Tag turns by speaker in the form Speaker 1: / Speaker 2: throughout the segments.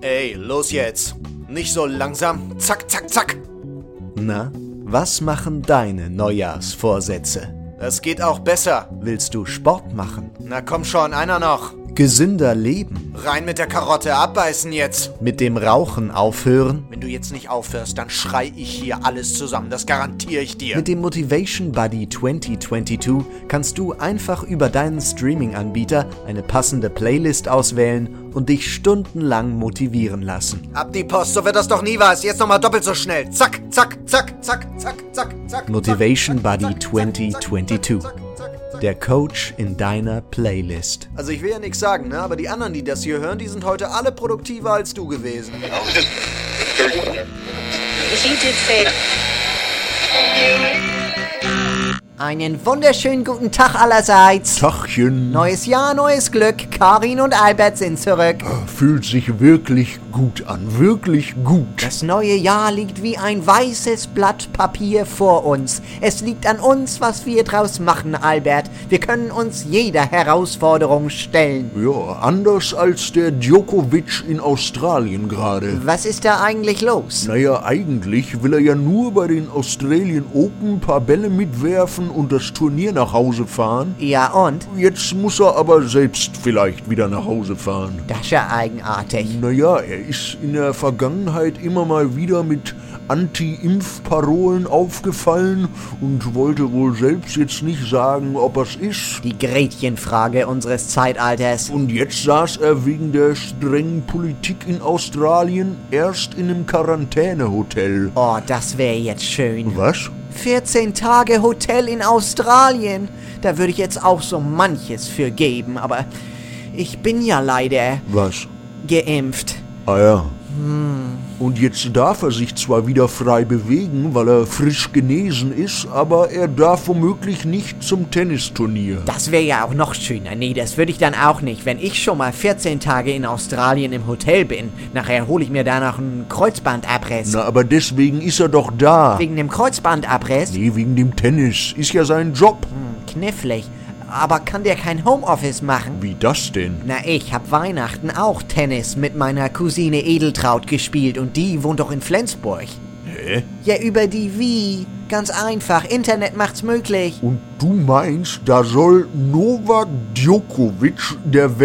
Speaker 1: Ey, los jetzt. Nicht so langsam. Zack, zack, zack.
Speaker 2: Na, was machen deine Neujahrsvorsätze?
Speaker 1: Das geht auch besser.
Speaker 2: Willst du Sport machen?
Speaker 1: Na komm schon, einer noch.
Speaker 2: Gesünder leben?
Speaker 1: Rein mit der Karotte, abbeißen jetzt.
Speaker 2: Mit dem Rauchen aufhören?
Speaker 1: Wenn du jetzt nicht aufhörst, dann schrei ich hier alles zusammen, das garantiere ich dir.
Speaker 2: Mit dem Motivation Buddy 2022 kannst du einfach über deinen Streaming-Anbieter eine passende Playlist auswählen und dich stundenlang motivieren lassen.
Speaker 1: Ab die Post, so wird das doch nie was. Jetzt nochmal doppelt so schnell. Zack, zack, zack, zack, zack, zack, zack.
Speaker 2: Motivation
Speaker 1: zack,
Speaker 2: Buddy
Speaker 1: zack, zack, zack,
Speaker 2: 2022.
Speaker 1: zack, zack, zack, zack.
Speaker 2: Der Coach in deiner Playlist.
Speaker 1: Also ich will ja nichts sagen, ne? aber die anderen, die das hier hören, die sind heute alle produktiver als du gewesen.
Speaker 3: She did say
Speaker 4: Einen wunderschönen guten Tag allerseits.
Speaker 5: Tachchen
Speaker 4: Neues Jahr, neues Glück. Karin und Albert sind zurück.
Speaker 5: fühlt sich wirklich gut an, wirklich gut.
Speaker 4: Das neue Jahr liegt wie ein weißes Blatt Papier vor uns. Es liegt an uns, was wir draus machen, Albert. Wir können uns jeder Herausforderung stellen.
Speaker 5: Ja, anders als der Djokovic in Australien gerade.
Speaker 4: Was ist da eigentlich los?
Speaker 5: Naja, eigentlich will er ja nur bei den Australian Open ein paar Bälle mitwerfen und das Turnier nach Hause fahren.
Speaker 4: Ja und?
Speaker 5: Jetzt muss er aber selbst vielleicht wieder nach Hause fahren.
Speaker 4: Das ist ja eigenartig.
Speaker 5: Naja, er ist in der Vergangenheit immer mal wieder mit Anti-Impf-Parolen aufgefallen und wollte wohl selbst jetzt nicht sagen, ob er's ist.
Speaker 4: Die Gretchenfrage unseres Zeitalters.
Speaker 5: Und jetzt saß er wegen der strengen Politik in Australien erst in einem Quarantänehotel.
Speaker 4: Oh, das wäre jetzt schön.
Speaker 5: Was?
Speaker 4: 14 Tage Hotel in Australien. Da würde ich jetzt auch so manches für geben, aber ich bin ja leider
Speaker 5: Was?
Speaker 4: geimpft.
Speaker 5: Ah ja.
Speaker 4: Hm.
Speaker 5: Und jetzt darf er sich zwar wieder frei bewegen, weil er frisch genesen ist, aber er darf womöglich nicht zum Tennisturnier.
Speaker 4: Das wäre ja auch noch schöner. Nee, das würde ich dann auch nicht. Wenn ich schon mal 14 Tage in Australien im Hotel bin, nachher hole ich mir da noch einen Kreuzbandabriss.
Speaker 5: Na, aber deswegen ist er doch da.
Speaker 4: Wegen dem Kreuzbandabriss?
Speaker 5: Nee, wegen dem Tennis. Ist ja sein Job.
Speaker 4: Hm, knifflig. Aber kann der kein Homeoffice machen?
Speaker 5: Wie das denn?
Speaker 4: Na, ich hab Weihnachten auch Tennis mit meiner Cousine Edeltraut gespielt und die wohnt doch in Flensburg.
Speaker 5: Hä?
Speaker 4: Ja, über die Wie. Ganz einfach. Internet macht's möglich.
Speaker 5: Und du meinst, da soll Novak Djokovic, der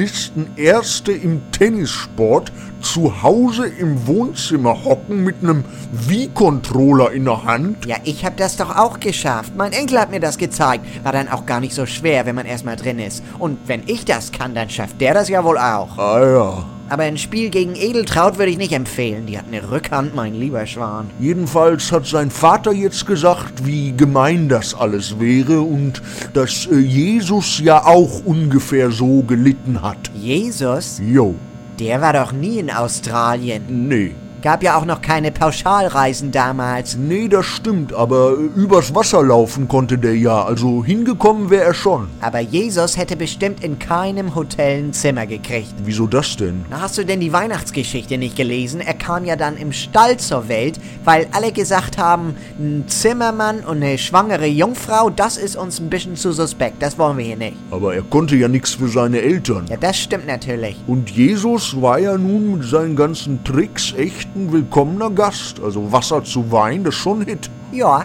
Speaker 5: Weltranglistenerste im Tennissport, zu Hause im Wohnzimmer hocken mit einem Wii-Controller in der Hand?
Speaker 4: Ja, ich hab das doch auch geschafft. Mein Enkel hat mir das gezeigt. War dann auch gar nicht so schwer, wenn man erstmal drin ist. Und wenn ich das kann, dann schafft der das ja wohl auch.
Speaker 5: Ah ja.
Speaker 4: Aber ein Spiel gegen Edeltraut würde ich nicht empfehlen. Die hat eine Rückhand, mein lieber Schwan.
Speaker 5: Jedenfalls hat sein Vater jetzt gesagt, wie gemein das alles wäre und dass äh, Jesus ja auch ungefähr so gelitten hat.
Speaker 4: Jesus?
Speaker 5: Jo,
Speaker 4: Der war doch nie in Australien.
Speaker 5: nee.
Speaker 4: Gab ja auch noch keine Pauschalreisen damals.
Speaker 5: Nee, das stimmt, aber äh, übers Wasser laufen konnte der ja, also hingekommen wäre er schon.
Speaker 4: Aber Jesus hätte bestimmt in keinem Hotel ein Zimmer gekriegt.
Speaker 5: Wieso das denn?
Speaker 4: Na, hast du denn die Weihnachtsgeschichte nicht gelesen? Er kam ja dann im Stall zur Welt, weil alle gesagt haben, ein Zimmermann und eine schwangere Jungfrau, das ist uns ein bisschen zu suspekt, das wollen wir hier nicht.
Speaker 5: Aber er konnte ja nichts für seine Eltern.
Speaker 4: Ja, das stimmt natürlich.
Speaker 5: Und Jesus war ja nun mit seinen ganzen Tricks echt ein willkommener Gast. Also Wasser zu Wein, das ist schon ein Hit.
Speaker 4: Ja.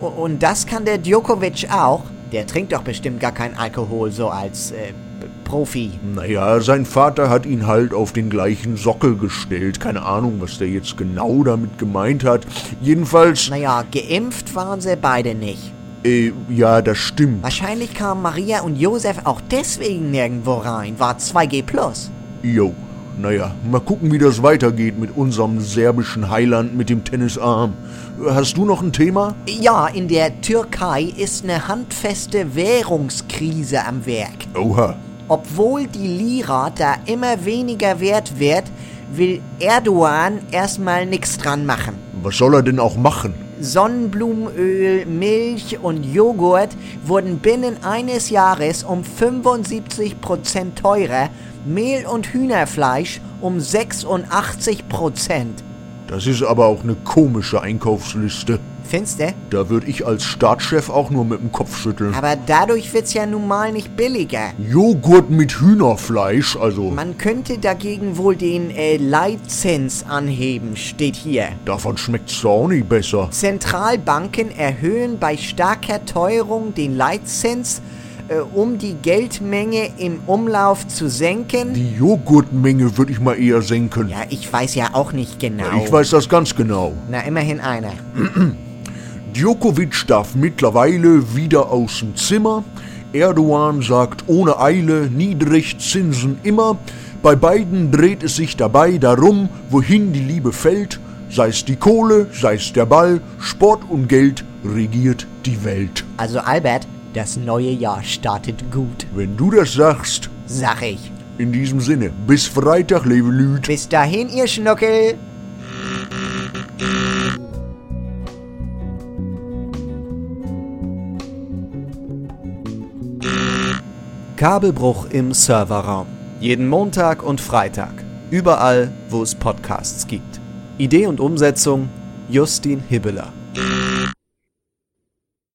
Speaker 4: U- Und das kann der Djokovic auch. Der trinkt doch bestimmt gar keinen Alkohol, so als äh, B- Profi.
Speaker 5: Naja, sein Vater hat ihn halt auf den gleichen Sockel gestellt. Keine Ahnung, was der jetzt genau damit gemeint hat. Jedenfalls,
Speaker 4: Naja, geimpft waren sie beide nicht.
Speaker 5: äh, ja, das stimmt.
Speaker 4: Wahrscheinlich kamen Maria und Josef auch deswegen nirgendwo rein, war 2G+.
Speaker 5: Jo. Naja, mal gucken, wie das weitergeht mit unserem serbischen Heiland mit dem Tennisarm. Hast du noch ein Thema?
Speaker 4: Ja, in der Türkei ist eine handfeste Währungskrise am Werk.
Speaker 5: Oha.
Speaker 4: Obwohl die Lira da immer weniger wert wird, will Erdogan erstmal nichts dran machen.
Speaker 5: Was soll er denn auch machen?
Speaker 4: Sonnenblumenöl, Milch und Joghurt wurden binnen eines Jahres um 75% teurer, Mehl und Hühnerfleisch um 86%.
Speaker 5: Das ist aber auch eine komische Einkaufsliste.
Speaker 4: Finste?
Speaker 5: Da würde ich als Staatschef auch nur mit dem Kopf schütteln.
Speaker 4: Aber dadurch wird's ja nun mal nicht billiger.
Speaker 5: Joghurt mit Hühnerfleisch, also
Speaker 4: Man könnte dagegen wohl den äh, Leitzins anheben, steht hier.
Speaker 5: davon schmeckt's doch auch nicht besser.
Speaker 4: Zentralbanken erhöhen bei starker Teuerung den Leitzins, äh, um die Geldmenge im Umlauf zu senken.
Speaker 5: Die Joghurtmenge würde ich mal eher senken.
Speaker 4: Ja, ich weiß ja auch nicht genau.
Speaker 5: Ich weiß das ganz genau.
Speaker 4: Na, immerhin einer.
Speaker 5: Djokovic darf mittlerweile wieder aus dem Zimmer. Erdogan sagt ohne Eile, niedrig Zinsen immer. Bei beiden dreht es sich dabei darum, wohin die Liebe fällt. Sei es die Kohle, sei es der Ball, Sport und Geld regiert die Welt.
Speaker 4: Also Albert, das neue Jahr startet gut,
Speaker 5: Wenn du das sagst,
Speaker 4: sag ich.
Speaker 5: in diesem Sinne, bis Freitag, lebe Lüd.
Speaker 4: Bis dahin, ihr Schnuckel.
Speaker 2: Kabelbruch im Serverraum. Jeden Montag und Freitag. Überall, wo es Podcasts gibt. Idee und Umsetzung Justin Hibbeler.